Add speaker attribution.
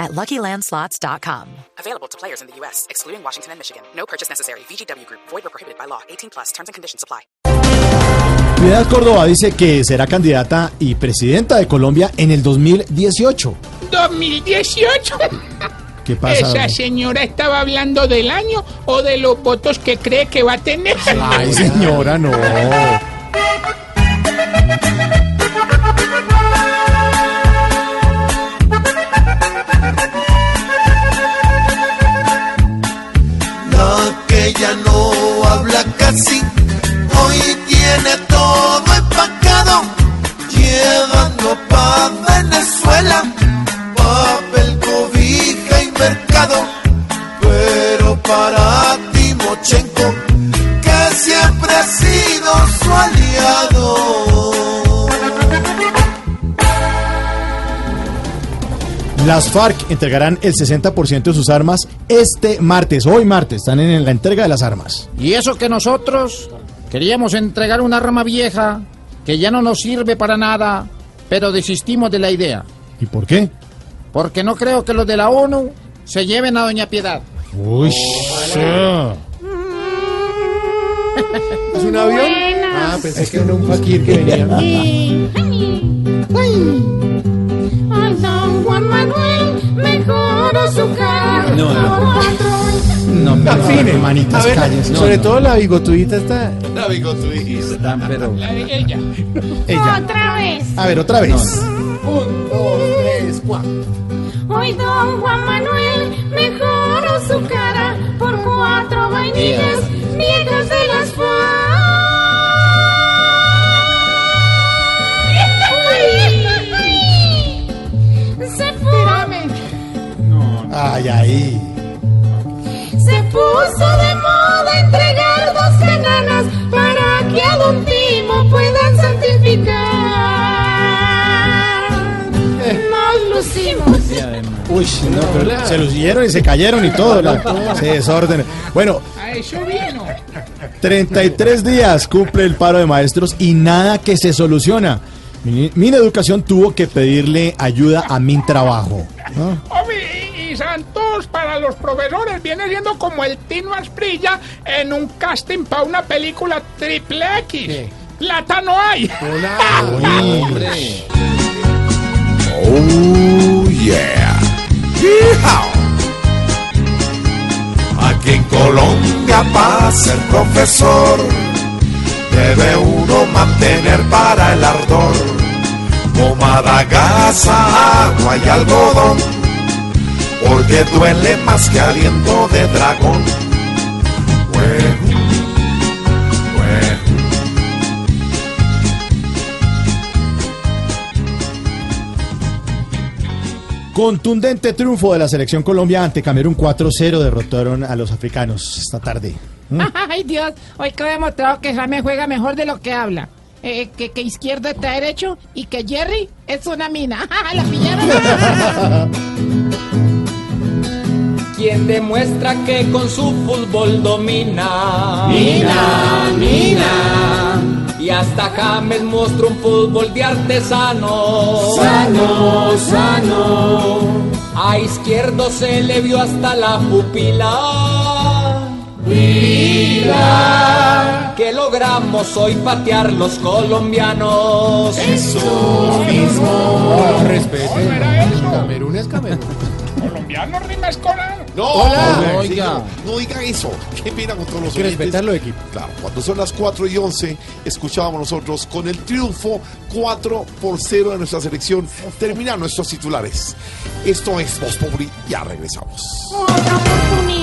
Speaker 1: at luckylandslots.com.
Speaker 2: Available to players in the U.S., excluding Washington and Michigan. No purchase necessary. VGW Group, void or prohibited by law. 18 plus terms and conditions apply.
Speaker 3: Piedad Córdoba dice que será candidata y presidenta de Colombia en el 2018.
Speaker 4: 2018.
Speaker 3: ¿Qué pasa?
Speaker 4: Esa señora estaba hablando del año o de los votos que cree que va a tener.
Speaker 3: Ay, señora, no.
Speaker 5: La que ya no habla casi, hoy tiene todo empacado, llevando pa' Venezuela, papel, cobija y mercado, pero para Timochenko, que siempre ha sido su aliado.
Speaker 3: Las FARC entregarán el 60% de sus armas este martes. Hoy martes están en la entrega de las armas.
Speaker 6: Y eso que nosotros queríamos entregar un arma vieja que ya no nos sirve para nada, pero desistimos de la idea,
Speaker 3: ¿Y por qué?
Speaker 6: porque no creo que los de la ONU se lleven a Doña Piedad.
Speaker 3: Uy. ¿Es un avión? Ah, pensé que era un fakir que venía.
Speaker 7: Ay, don Juan Manuel mejoró su carro. No,
Speaker 3: No, no, manitas, calles. Sobre todo la bigotudita está.
Speaker 5: La bigotudiza.
Speaker 4: La de ella.
Speaker 3: Ella.
Speaker 7: Otra vez.
Speaker 3: A ver, otra vez.
Speaker 7: Hoy don Juan Manuel mejoró su cara por cuatro vainillas viejas de las FARC. Se puso,
Speaker 3: Ay, ay.
Speaker 7: se puso de moda entregar dos cananas para que a don Timo puedan santificar. Nos lucimos.
Speaker 3: Uy, no, pero se lucieron y se cayeron y todo. la- se desorden. Bueno,
Speaker 4: A eso vino.
Speaker 3: 33 días cumple el paro de maestros y nada que se soluciona. Mi, Min educación tuvo que pedirle ayuda a mi trabajo. ¿no?
Speaker 4: Hombre, y, y Santos para los proveedores viene siendo como el Tino Asprilla en un casting para una película triple X. Plata no hay.
Speaker 5: Oh yeah. Yeehaw. Aquí en Colombia para ser profesor debe uno mantener para el ardor pomada, gasa, agua y algodón, porque duele más que aliento de dragón. Huejú, huejú.
Speaker 3: Contundente triunfo de la selección Colombia ante Camerún 4-0 derrotaron a los africanos esta tarde.
Speaker 8: Ay, Dios, hoy que ha demostrado que James juega mejor de lo que habla. Eh, que, que izquierda está derecho y que Jerry es una mina. ¡La pillaron!
Speaker 9: quien demuestra que con su fútbol domina.
Speaker 8: Mina,
Speaker 9: mina. Y hasta James muestra un fútbol de artesano. Sano, sano. A izquierdo se le vio hasta la pupila. Vida. Que logramos hoy patear los colombianos.
Speaker 4: No, no era eso. Camerún es Camerún. Colombiano rima es coral.
Speaker 5: No,
Speaker 6: Hola,
Speaker 5: no,
Speaker 6: oiga.
Speaker 5: no diga eso. Qué pena con todos los
Speaker 3: que respetarlo,
Speaker 5: oyentes.
Speaker 3: equipo.
Speaker 5: Claro, cuando son las 4 y 11, escuchábamos nosotros con el triunfo 4 por 0 de nuestra selección. Terminan nuestros titulares. Esto es Voz Populi, ya regresamos.
Speaker 7: Otra oportunidad.